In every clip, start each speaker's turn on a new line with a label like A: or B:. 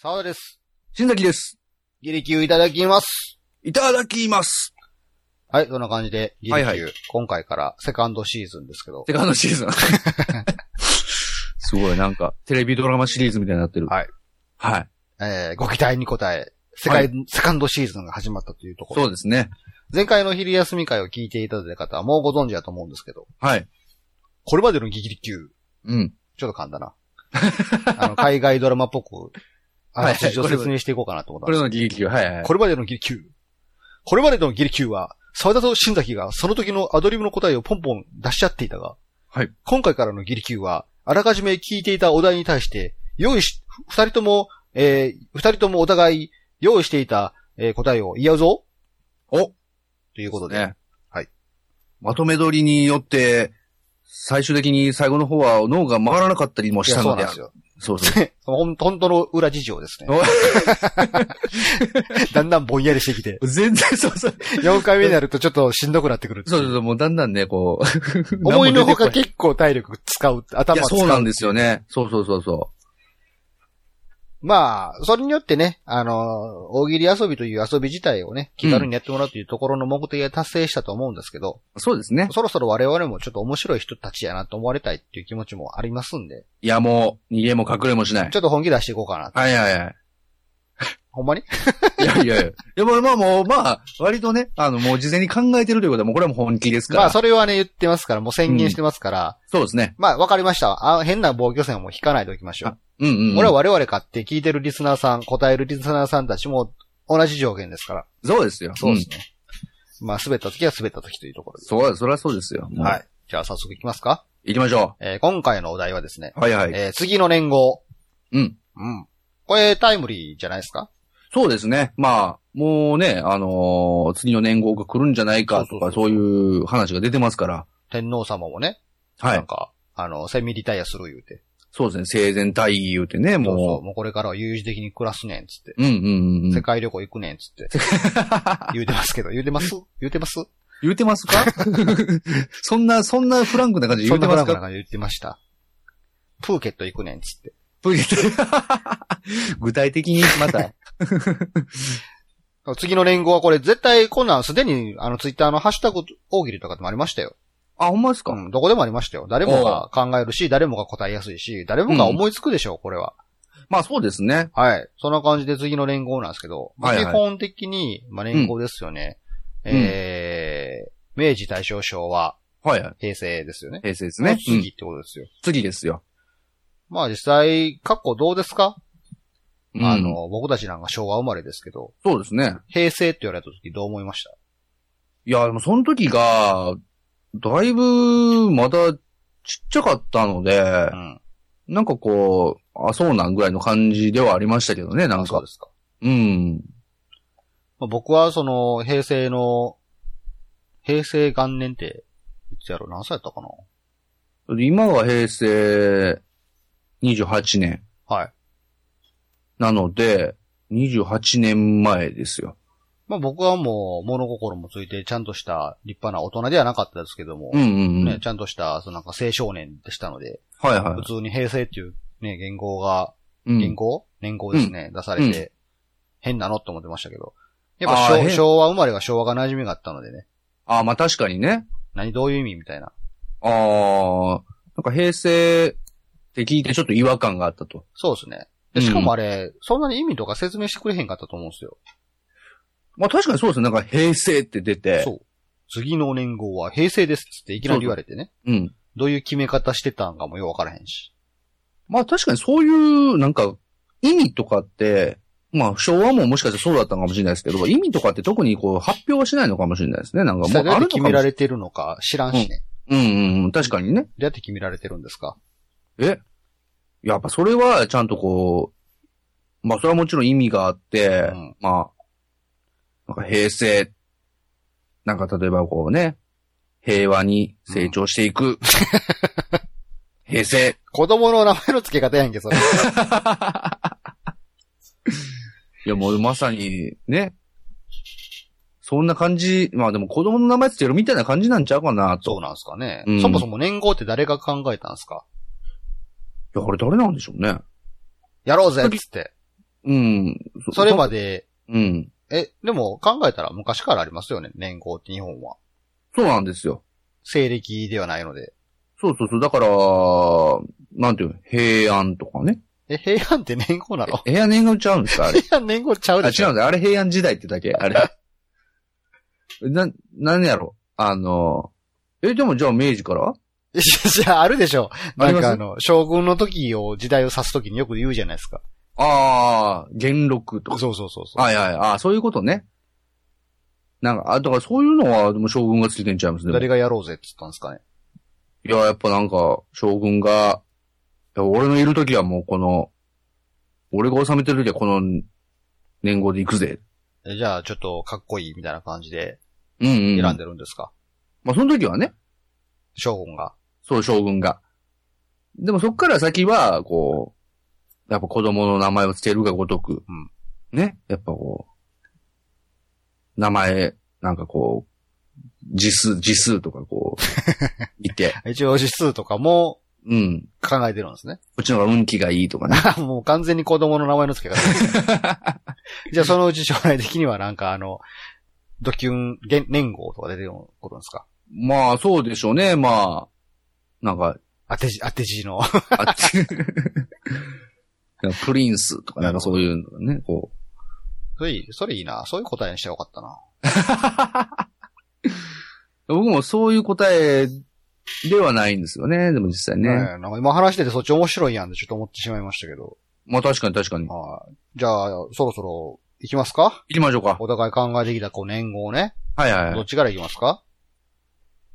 A: 沢田です。
B: 新崎です。
A: 自力をいただきます。
B: いただきます。
A: はい、そんな感じで、自
B: は
A: 力、
B: いはい
A: 今回からセカンドシーズンですけど。
B: セカンドシー ズン。すごい、なんか、テレビドラマシリーズみたいになってる。
A: はい。
B: はい。
A: えー、ご期待に応え、世界、セカンドシーズンが始まったというところ。
B: そうですね。
A: 前回の昼休み会を聞いていただいた方はもうご存知だと思うんですけど、
B: はい。
A: これまでのギリ級、
B: うん。
A: ちょっと噛んだな。あの、海外ドラマっぽく、あ
B: は
A: ら
B: い
A: すじを説明していこうかなと思っ
B: こ
A: たんです
B: れの喜劇は、はいはい。
A: これまでのギリ級。これまでのギリ級は、沢田と新崎がその時のアドリブの答えをポンポン出し合っていたが、
B: はい
A: 今回からのギリ級は、あらかじめ聞いていたお題に対して、用意し、二人とも、えー、二人ともお互い用意していた、えー答えを言い合うぞ
B: お
A: ということで、
B: ね。
A: はい。
B: まとめ撮りによって、最終的に最後の方は脳が回らなかったりも
A: い
B: し
A: や
B: た
A: そう
B: の
A: なん
B: で。
A: ですよ。
B: そうそう。
A: ほん本当の裏事情ですね。 だんだんぼんやりしてきて、
B: 全然、そうそう。
A: 4回目になるとちょっとしんどくなってくるってい
B: そううそう、もうだんだんね、こ う。
A: 思いのほか
B: い
A: 結構体力使う、頭
B: や、
A: 使
B: そうなん
A: う。
B: ですよね。そうそうそうそ
A: まあ、それによってね、あの、大喜利遊びという遊び自体をね、気軽にやってもらうというところの目的が達成したと思うんですけど、
B: う。そうですね。
A: そろそろ我々もちょっと面白い人たちやなと思われたいっていう気持ちもありますんで、
B: いや、もう、逃げも隠れもしない
A: ち。ょっと本気出していこうかな。
B: はいはいはい。
A: ほんまに
B: いやいやいや。いや、まあまあもう、まあ、割とね、あの、もう事前に考えてるということは、もうこれはもう本気ですから。
A: まあ、それはね、言ってますから、もう宣言してますから、
B: そうですね。
A: まあ、わかりました。あ変な防御線をもう引かないでおきましょう。
B: うんうん、うん。
A: これは我々買って聞いてるリスナーさん、答えるリスナーさんたちも同じ条件ですから。
B: そうですよ。
A: そうです
B: ん
A: ね。まあ、滑った時は滑った時というところです。
B: そう、そりゃそうですよ。もう
A: はい。。じゃあ早速いきますか。
B: 行きましょ
A: えー今回のお題はですね、
B: う。はいはい。
A: えー次の年号。
B: うん。
A: うん。これタイムリーじゃないですか
B: そうですね。まあ、もうね、あのー次の年号が来るんじゃないかとか、そういう話が出てますから。
A: 天皇様もね、
B: は
A: なん
B: い。
A: か、あの、セミリタイアする言うて。
B: そうですね。生前大義言うてね、
A: そうそ
B: も
A: う。もうこれからは有事的に暮らすねん、つって。
B: う。うんうんうんう
A: 世
B: ん。
A: 界旅行行くねん、 つって。言うてますけど、言うてます言うてます
B: 言うてますか そんな、そんなフランクな感じで
A: そ
B: 言
A: ん
B: う
A: なフラン
B: てます
A: クな
B: か
A: 感じで言ってました。プーケット行くねん、つって。
B: 具体的にま た。
A: 次の連合はこれ絶対こんなんすでにあのツイッターのハッシュタグ大喜利とかでもありましたよ。
B: あ、ほんまですか、
A: うん、どこでもありましたよ。誰もが考えるし、誰もが答えやすいし、誰もが思いつくでしょう、これは。
B: まあそうですね。
A: はい。そんな感じで次の連合なんですけど、まあ
B: はい
A: 基
B: はい
A: 本的に、まあ、連合ですよね。
B: うん
A: えー、明治大正昭和、
B: はいはい。
A: 平成ですよね。
B: 平成です
A: ね
B: ね。。
A: 次ってことですよ。
B: 次ですよ。
A: まあ実際、過去どうですか、あ
B: あの、
A: の、僕たちなんか昭和生まれですけど、
B: そうですね。
A: 平成って言われた時どう思いました
B: いや、でもその時が、だいぶ、まだ、ちっちゃかったので
A: う、ん。
B: なんかこう、あ、そうなんぐらいの感じではありましたけどね、なん
A: そうで。
B: か
A: すか。
B: うん。
A: まあ、僕はその、平成の、平成元年って、いつやろ何歳やったかな
B: 今が平成28年。
A: はい。
B: なので、28年前ですよ。
A: まあ僕はもう物心もついてちゃんとした立派な大人ではなかったですけども、
B: うんうんうん。
A: ね、ちゃんとした、そのなんか青少年でしたので、
B: はいは
A: 普通に平成っていうね、言語が、
B: い。うん
A: 言語、年号ですね、出されて、変なのって思ってましたけど、やっぱ
B: あー
A: 昭
B: 変
A: 昭和生まれが昭和が馴染みがあったのでね、
B: あ、まあ確かにね。
A: 何どういう意味みたいな。
B: ああ、なんか平成って聞いてちょっと違和感があったと。
A: そうですね。でしかもあれ、そんなに意味とか説明してくれへんかったと思うんですよ。
B: まあ確かにそうですね。なんか平成って出て。
A: そう。次の年号は平成ですっつっていきなり言われてね。
B: うん。
A: どういう決め方してたんかもようわからへんし。
B: まあ確かにそういう、なんか、意味とかって、まあ昭和ももしかしてそうだったのかもしれないですけど、意味とかって特にこう発表はしないのかもしれないですね。なんか
A: 実
B: も
A: 際
B: う
A: どうや
B: あ
A: って
B: ると
A: 決
B: か
A: め
B: も
A: ら
B: し
A: れてるのか知らんしね。
B: うんうんうん、確かにね。
A: どうやって決められてるんですか
B: えやっぱそれはちゃんとこう、まあそれはもちろん意味があって、
A: うん
B: まあ、なんか平成、なんか例えばこうね、平和に成長していく。 平成。
A: 子供の名前の付け方やんけ、それ。
B: いや、もうまさに、ね。そんな感じ。まあでも子供の名前つけるみたいな感じなんちゃうかな、と。
A: そうなんですかね、
B: うん
A: そもそも年号って誰が考えたんですか
B: いや、あれ誰なんでしょうね。
A: やろうぜっつって。
B: うん。
A: それまで、
B: うん。
A: え、でも考えたら昔からありますよね、年号って日本は。
B: そうなんですよ。
A: 西暦ではないので。
B: そうそうそう。だから、なんていうの、平安とかね。
A: え、平安って年号なの
B: 平安年号ちゃうんですかあれ。
A: 平安年号ちゃう
B: あ、
A: で
B: 違
A: しょ
B: うんだ。あれ平安時代ってだけ。あれ。 な、なんやろ。あの、え、でもじゃあ明治から
A: いやいや、あるでしょ。
B: あ
A: な
B: り
A: ん
B: ます
A: かあの、将軍の時を、時代を指す時によく言うじゃないですか。
B: ああ、元禄と
A: そう
B: か。
A: そうそうそう。
B: はいはい。ああ、そういうことね。なんか、あ、だからそういうのは、でも将軍がついてんちゃいますね。
A: 誰がやろうぜって言ったんですかね。
B: いや、やっぱなんか、将軍が、いや俺のいる時はもうこの、俺が治めてる時はこの年号で行くぜ。
A: えじゃあ、ちょっと、かっこいいみたいな感じで
B: うんうん。
A: 選んでるんですか、
B: まあその時はね、
A: 将軍が。
B: そう将軍が。でもそっから先は、こう、やっぱ子供の名前をつけるがごとく、
A: うん
B: ね、やっぱこう、名前、なんかこう、字数、字数とか こう、見て、
A: 一応、指数とかも
B: うん、
A: 考えてるんですね。
B: こっちの方が運気がいいとかね。
A: もう完全に子供の名前の付け方ですね。 じゃあ、そのうち将来的にはなんかあの、ドキュン、げん年号とか出てくることですか
B: まあそうでしょうね、まあ、なんか、
A: 当て字、当て字の。
B: あっちなんかプリンスとかなんかそういうのね、こ
A: それいい、それいいな。そういう答えにしたらよかったな。
B: う。僕もそういう答えではないんですよね、でも実際ね。
A: ええなんか今話しててそっち面白いやんってちょっと思ってしまいましたけど。
B: まあ確かに確かに。
A: はい。じゃあ、そろそろ行きますか
B: 行きましょうか。
A: お互い考えてきたこう年号ね。
B: はいはいは
A: どっ
B: い。
A: ちから行きますか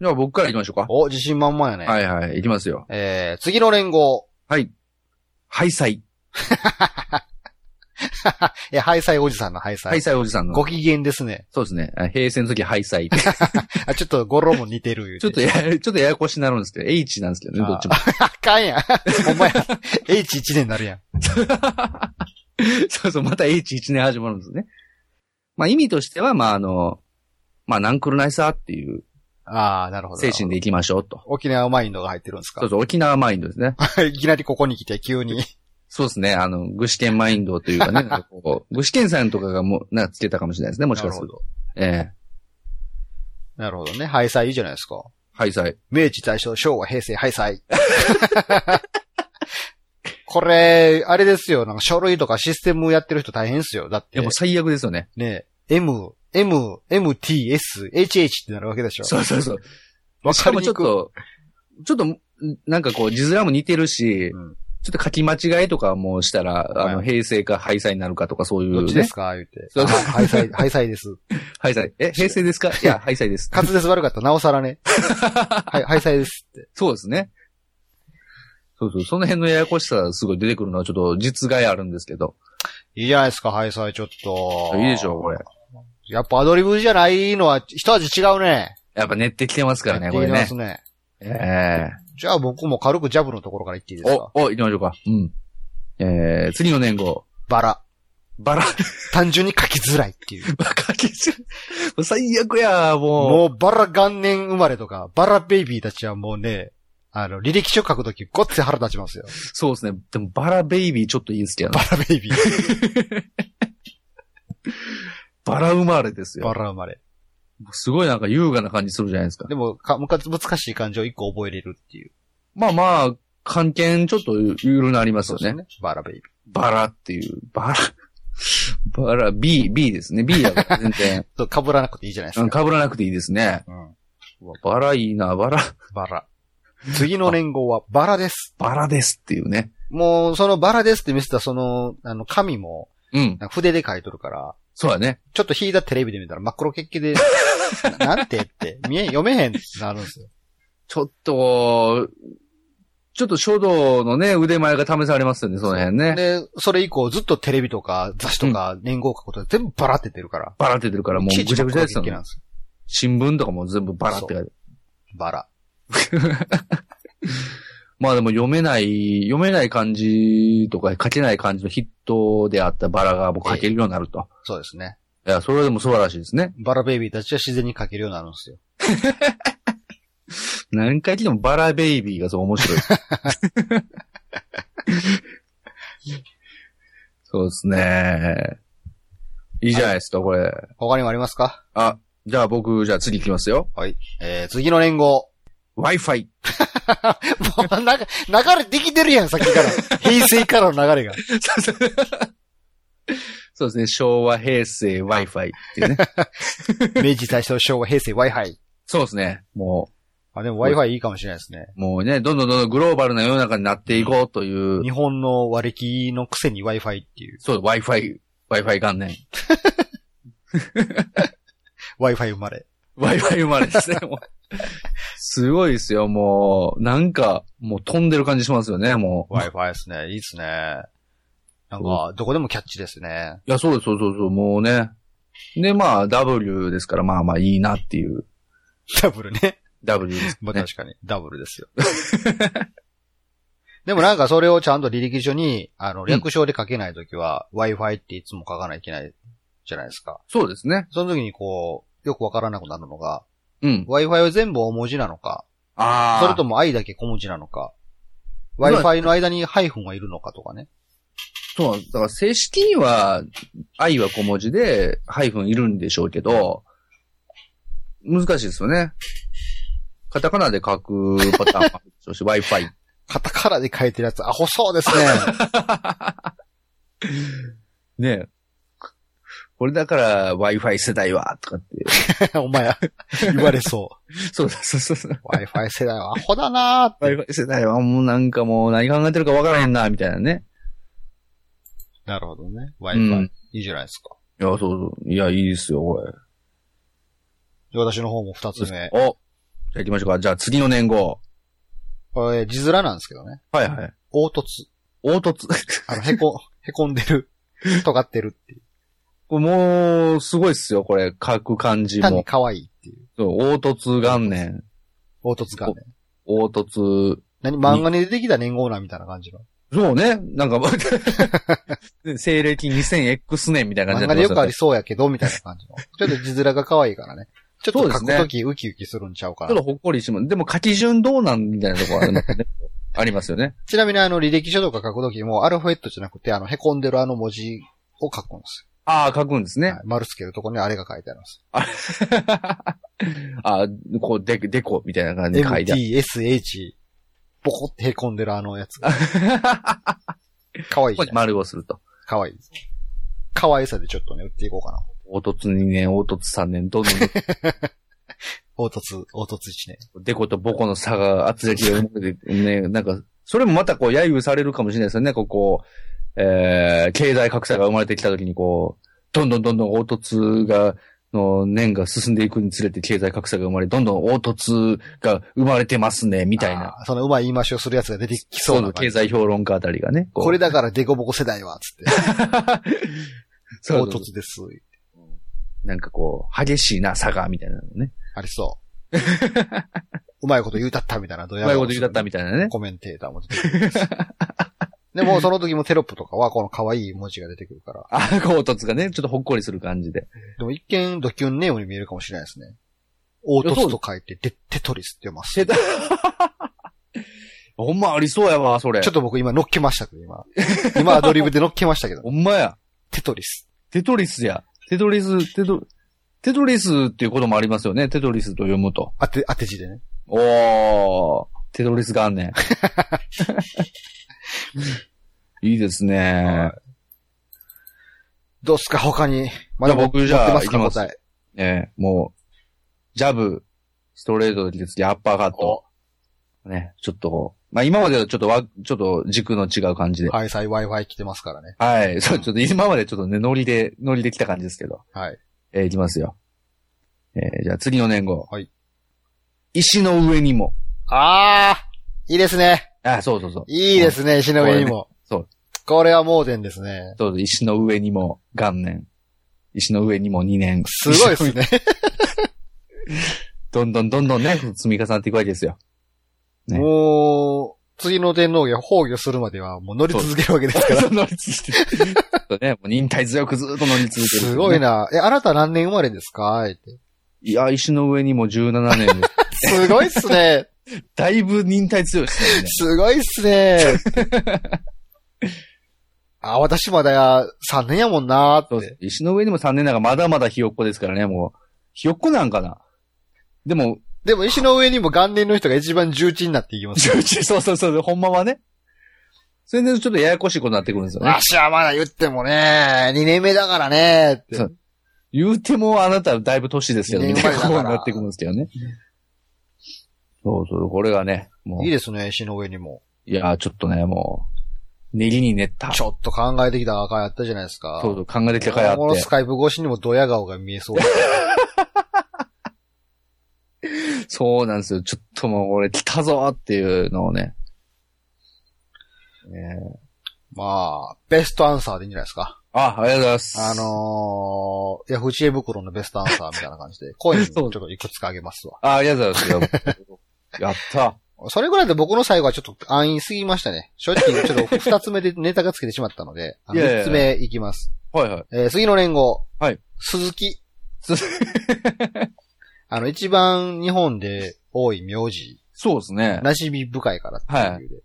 B: じゃあ僕から行きましょうか。
A: お、自信満々やね。
B: はいはい、行きますよ。
A: えー、次の連合。
B: はい。ハイサイ。
A: え、ハイサイおじさんのハイサイ。
B: ハイサイおじさんの。
A: ご機嫌ですね。
B: そうですね。あ平成の時ハイサイ。 ち
A: あ、ちょっと語呂も似て る言う
B: ょっと や、ちょっとややこしになるんですけど、H なんですけどね、どっちも。
A: あかんやん。 お前、H1 年になるやん。
B: そうそう、また H1 年始まるんですね。まあ意味としては、まああの、まあナンクルナイサーっていう
A: ああ、なるほど。
B: 精神で行きましょうと。
A: 沖縄マインドが入ってるんです
B: そ
A: か
B: うそう、沖縄マインドですね。
A: いきなりここに来て急に。
B: そうですね。あの、具志堅マインドというかね、 なんかこう、具志堅さんとかがもう、なんかつけたかもしれないですね、もしかすると。ええ
A: なるほどね。ハイサイいいじゃないですか。
B: はい、はい。
A: 明治、大正、昭和、平成、廃 災。これ、あれですよ。なんか書類とかシステムやってる人大変ですよ。だっ
B: い
A: て
B: や、もう、最悪ですよね。
A: ね、M、M、MTS、HH ってなるわけでしょ。
B: そうそうそう。
A: わ
B: し
A: か
B: か
A: り
B: も
A: に
B: ちょっ
A: くい。
B: と、ちょっと、んなんかこう、字面も似てるし、
A: うん
B: ちょっと書き間違いとかもしたら、あの、
A: は
B: 平成か廃材になるかとかそういう、ね。
A: どっちですか言って。
B: そう
A: あ廃災、廃災です。
B: 廃材。え、平成です かいや、廃材です。
A: 滑舌悪かったらなおさら ね。はい、廃災ですって。
B: そうですね。そうそう、その辺のややこしさがすごい出てくるのはちょっと実害あるんですけど。
A: いいじゃないですか、廃災ちょっと。
B: いいでしょう、これ。。
A: やっぱアドリブじゃないのは一味違うね。
B: やっぱ練ってきてますからね、こ
A: やって
B: れ
A: いま
B: ね
A: す。ね。
B: え
A: じゃあ僕も軽くジャブのところから言っていい
B: え
A: ですか
B: お、お、行きましょうか。うん。えー、次の年号。
A: バラ。
B: バラ、
A: 単純に書きづらいっていう。
B: バカ消し。もう最悪や、 もう。
A: もうバラ元年生まれとか、バラベイビーたちはもうね、あの、履歴書書くときごっつい腹立ち ますよ。
B: そうですね。でも、バラベイビーちょっといいですけどね
A: バラベイビー。
B: バラ生まれです
A: バ
B: よ。
A: ラ生まれ。
B: すごいなんか優雅な感じするじゃないですか。
A: でも、か、むか難しい漢字を一個覚えれるっていう。
B: まあまあ、関係ちょっとゆるなりますよね。
A: ね。バラベイビー。
B: バラっていう、バラ。 バラ、B、B ですね。B だから全 然
A: と、被らなくていいじゃないで
B: う
A: す
B: ん。
A: か。
B: 被らなくていいですね。
A: うん。
B: うわバラいいな、バラ、
A: バラ。次の年号はバラです。
B: バラですっていうね。
A: もう、そのバラですって見せたその、あの、紙も、
B: うん。
A: なんか筆で書いとるから、
B: そうだね。
A: ちょっと引いたテレビで見たら真っ黒血気で、 ななんてって、見え、読めへんってなるんですよ。
B: ちょっと、ちょっと書道のね、腕前が試されますよね、その辺ね。
A: で、それ以降ずっとテレビとか雑誌とか年号書くことで全部バラって出るから。
B: バラって出てるからもうぐちゃぐちゃです
A: いちいち真っ黒
B: よ
A: い
B: ね
A: なん。ですよ。
B: 新聞とかも全部バラって書いてある
A: バラ。
B: まあでも読めない、読めない漢字とか書けない漢字のヒットであったバラがもう書けるようになると。
A: そうですね。
B: いや、それはでも素晴らしいですね。
A: バラベイビーたちは自然に書けるようになるんですよ。
B: 何回来てもバラベイビー がそう面白い。そうですね。いいじゃないですか、これ。
A: 他にもありますか
B: あ、じゃあ僕、じゃあ次行きますよ。
A: えー、次の連合。
B: Wi-Fi。
A: もう、なんか、流れできてるやん、さっきから。 平成からの流れが。
B: そうですね、昭和、平成、Wi-Fi っていうね。
A: 明治、大正、昭和、平成、Wi-Fi。
B: そうですね。も
A: あ、でも Wi-Fi いいかもしれないですね。
B: う、もうね、どんどんどんどんグローバルな世の中になっていこうという
A: 日、本の割り切りのくせに Wi-Fi っていう。
B: そう、Wi-Fi、Wi-Fi 元年。
A: Wi-Fi 生まれ。
B: Wi-Fi 生まれですね、もう。すごいですよ、もう、なんか、もう飛んでる感じしますよね、もう。
A: Wi-Fi ですね。いいですね。なんか、どこでもキャッチですね。
B: いや、そうです、そうそうそう、もうね。で、まあ、W ですから、まあまあいいなっていう、
A: ダブルね。
B: W です、
A: まあ
B: ね。
A: 確かに、ダブルですよ。 でもなんかそれをちゃんと履歴書に、あの、略称で書けないときは、Wi-Fi っていつも書かないといけないじゃないですか。
B: そうですね。
A: その時にこう、よくわからなくなるのが、
B: うん。
A: Wi-Fi は全部大文字なのか、
B: ああ。
A: それとも I だけ小文字なのか、
B: まあ
A: Wi-Fi の間にハイフンがいるのかとかね。
B: そうなんです。だから正式には、愛は小文字で、ハイフンいるんでしょうけど、難しいですよね。カタカナで書くパターンもあるでしょうし、Wi-Fi。
A: カタカナで書いてるやつ、アホそう ですね。
B: ねえこれだから Wi-Fi 世代は、とかって。
A: お前、言われそ
B: そうそうそうそう。
A: う。Wi-Fi 世代はアホだなーって
B: Wi-Fi 世代はもうなんかもう何考えてるかわからへんな、みたいなね。
A: なるほどね。
B: う
A: Wi-Fi、
B: ん。
A: いいじゃないですか。
B: いや、そうそう。いや、いいですよ、これ。
A: で私の方も二つ目。
B: おじゃあ行きましょうか。じゃあ次の年号。
A: これ、字面なんですけどね。
B: はいはい。
A: 凹凸。
B: 凹凸。
A: あの、へ こ、へこんでる。尖ってるってい
B: これもう、すごいっすよ、これ。書く感じ
A: う。単に
B: も。
A: 可愛いっていう。
B: そう凹凸元年。
A: 凹凸がね。
B: 凹凸。
A: 何漫画に出てきた年号なんみたいな感じの。
B: そうね。なん か、西暦 2000X 年みたいな感じ
A: 漫画
B: になっ
A: で
B: て
A: よ
B: ます
A: くありそうやけど、みたいな感 じの。ちょっと字面が可愛いからね。ちょっ
B: そう
A: と
B: で
A: 書
B: すね
A: くときウキウキするんちゃうか
B: ちょっ
A: な。
B: とほっこりします。でも書き順どうなんみたいなところありま すね。ありますよね。
A: ちなみにあの、履歴書とか書くときも、アルファベットじゃなくて、あの、へこんでるあの文字を書くんです
B: ああ、書くんです
A: よ。
B: ね。
A: はい丸つけるとこにあれが書いてあります。
B: ああ、こう、で、でこ、みたいな感じで書いてある。
A: MTSH、ボコってへこんでるあのや つが。可愛いじ
B: こ
A: ゃ
B: こに
A: ない
B: 丸をすると。
A: 可愛い。可愛さでちょっとね、打っていこうかな。
B: 凹凸2年、凹凸3年、どんどんどん
A: 凹凸、凹凸一年。
B: どん、でことぼこの差が圧力が生まれて、ね、なんか、それもまたこう、揶揄されるかもしれないですよね。ここう、えー、経済格差が生まれてきたときにこう、どんどんどんどん凹凸が、の年が進んでいくにつれて経済格差が生まれ、どんどん凹凸が生まれてますね、みたいな。
A: あー。そのうまい言い回しをするやつが出てきそう
B: そう
A: な感
B: 経
A: じ。
B: 済評論家あたりがね。
A: これだからデコボコ世代は、 つって。
B: そう
A: 凹凸です。
B: なんかこう、激しいな、差が、みたいなのね。
A: ありそう。 うまいこと言うたったみたいな、ど
B: うまいこと言うだったみたいなね。
A: コメンテーターも出てくるんです。でも、その時もテロップとかは、この可愛い文字が出てくるから。
B: あ、凹凸がね、ちょっとほっこりする感じで。
A: でも、一見ドキュンネームに見えるかもしれないですね。凹凸と書いて、でテトリスって読ます。
B: テトほんまありそうやわ、それ。
A: ちょっと僕今乗っけましたけど、今。今アドリブで乗っけましたけど
B: ほ、んまや。
A: テトリス。
B: テトリスや。テトリス、テト、テトリスっていうこともありますよね。テトリスと読むと。
A: 当て、当て字でね。
B: おー。テトリス元 年。いいですね。
A: どうっすか他に。まだ
B: じゃあ
A: 持
B: 僕
A: って
B: じゃあ
A: ますか
B: 行きます
A: 答え。
B: えー、もう、ジャブ、ストレートで次、アッパーカット。ね、ちょっとこう、まあ今までとちょっとわ、ちょっと軸の違う感じで。
A: はい、さい Wi-Fi 来てますからね。
B: はい、 そう、ちょっと今までちょっとね、ノリで、ノリできた感じですけど。
A: はい。
B: えーいきますよ。えーじゃあ次の年号。
A: はい。
B: 石の上にも。
A: あー、いいですね。
B: あ、そうそうそう。
A: いいですね、石の上にも。
B: そうね。
A: これは盲点ですね。
B: そうそう石の上にも元年。石の上にも2年。
A: すごいですね。
B: どんどんどんどんね、積み重なっていくわけです よ。ね
A: もう、次の天皇が崩御するまではもう乗り続けるわけですから。
B: 乗り 続けて。ちょっとね、もう忍耐強くずっと乗り続ける。
A: すごいな。え、あなた何年生まれですかって
B: いや、石の上にも17年 です。
A: すごいっす ね。
B: だいぶ忍耐強いですね。
A: すごいっすね。あ、私まだや、3年やもんなー
B: そう
A: っ
B: で
A: て
B: す。石の上にも3年なんかまだまだひよっこですからね、もう。ひよっこなんかな。でも、
A: でも石の上にも元年の人が一番重鎮になっていきます。
B: 11そうそうそう、ほんまはね。それでちょっとややこしいことになってくるんですよね
A: わ。しはまだ言ってもね、2年目だからねって
B: そう言うてもあなただいぶ年ですけど、
A: ね
B: みたいなこと
A: 生まれだ
B: に
A: から
B: なってくるんですけどね。そうそう、これがね、もう、
A: いい
B: い
A: ですね、石の上にも。
B: や、ちょっとね、もう、練りに練った。
A: ち
B: そう
A: ょっと考えてきた赤やったじゃないですか。
B: そう、考えてきた回あっ
A: この
B: て
A: ス。カイプ越しにもドヤ顔が見え そう。
B: そうなんですよ。ちょっともう俺来たぞっていうのをね。ねえ
A: まあ、ベストアンサーでいいんじゃないですか。
B: あ、ありがとうございます。
A: あのー、ヤフー知恵袋のベストアンサーみたいな感じで、コインちょっといくつかあげますわ。
B: あ、ありがとうござ います。やった。
A: それぐらいで僕の最後はちょっと安易すぎましたね。正直、ちょっと二つ目でネタがつけてしまったので、あの
B: いやいやいや
A: 三つ目いきます。
B: はいはい。
A: えー、次の連合。
B: はい。
A: 鈴木。
B: す
A: あの、一番日本で多い名字、
B: そうですね。
A: 馴染み深いからっていう理由で。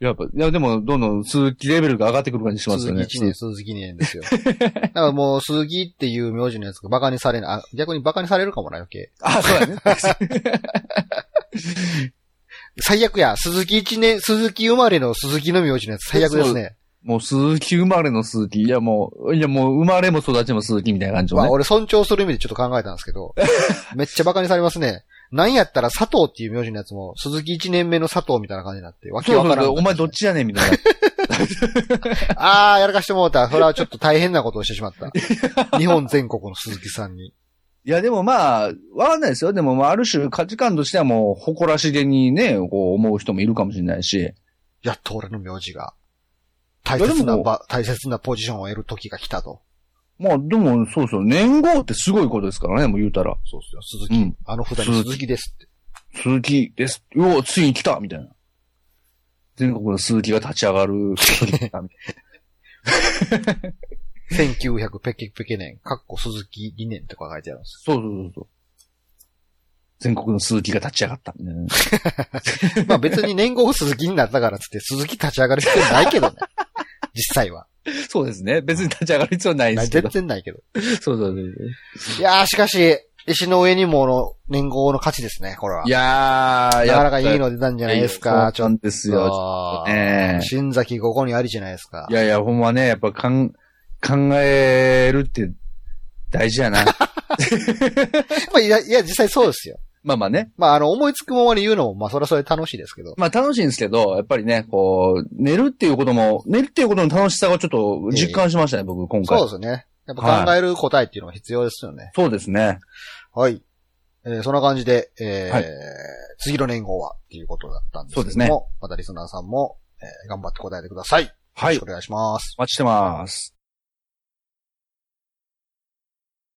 B: やっぱ、いや、でも、どんどん鈴木レベルが上がってくる感じします
A: 鈴
B: よ
A: 木
B: ね。
A: 一年、鈴木2年ですよ。 だからもう、鈴木っていう名字のやつがバカにされない。あ、逆にバカにされるかもな、余計。
B: あ、そうだね。
A: 最悪や、鈴木一年、鈴木生まれの鈴木の名字のやつ最悪ですね。
B: もう鈴木生まれの鈴木。いや、もう、いや、もう生まれも育ちも鈴木みたいな感じの
A: まあ、
B: ね。
A: 俺尊重する意味でちょっと考えたんですけ ど、めっちゃバカにされますね。なんやったら佐藤っていう名字のやつも、鈴木一年目の佐藤みたいな感じになって、わけ
B: そう
A: わ
B: そう
A: からん
B: そう、お前どっちやねんみたいな。
A: あー、やらかしてもうた。それはちょっと大変なことをしてしま った。日本全国の鈴木さんに。
B: いや、でもまあ、わかんないですよ。でも、まあ、ある種価値観としてはもう、誇らしげにね、こう思う人もいるかもしれないし。
A: やっと俺の名字が、大
B: やでも
A: 切な場、大切なポジションを得る時が来たと。
B: まあ、でも、そうそう、年号ってすごいことですからね、もう言うたら。
A: そうっすよ。鈴
B: う
A: 木。
B: ん。
A: あの札に鈴木ですって。
B: 鈴木です。うお、ついに来たみたいな。全国の鈴木が立ち上が る。鈴木来たみたい
A: 1900ペケペケ年、かっこ鈴木2年とか書いてあるんです。
B: なそうそうそうそう。全国の鈴木が立ち上がったみたいな。
A: まあ別に年号鈴木になったからっつって鈴木立ち上がる必要ないけど ね。実際は。
B: そうですね。別に立ち上がる必要ないですけ
A: 全
B: ど。
A: 然ないけど。
B: そうそうそうそう。
A: いやーしかし、石の上にもの年号の勝ちですね、これは。
B: いやー、
A: なかなかいい
B: の
A: の出たんじゃないですか、ち
B: そう
A: ょ
B: な
A: っ
B: んですよ。ちょ
A: と
B: っと。ね
A: 新崎ここにありじゃないですか
B: い。やいや、ほんまね、やっぱかん、考えるって大事や な。
A: まあ、いや、いや、実際そうですよ。
B: まあまあね。
A: まあ、あの、思いつくままに言うのも、まあ、それはそれで楽しいですけど。
B: まあ楽しいんですけど、やっぱりね、こう、寝るっていうことも、寝るっていうことの楽しさをちょっと実感しましたね、僕、今回。
A: そう
B: そう
A: ですね。やっぱ考える答えっていうのが必要ですよね。
B: ですね。
A: はい。えーそんな感じで、えー
B: はい
A: 次の年号はっていうことだったんですけども、
B: そうですね
A: またリスナーさんも、えー頑張って答えてください。
B: はい
A: よろしくお願いします。
B: お待ちしてます。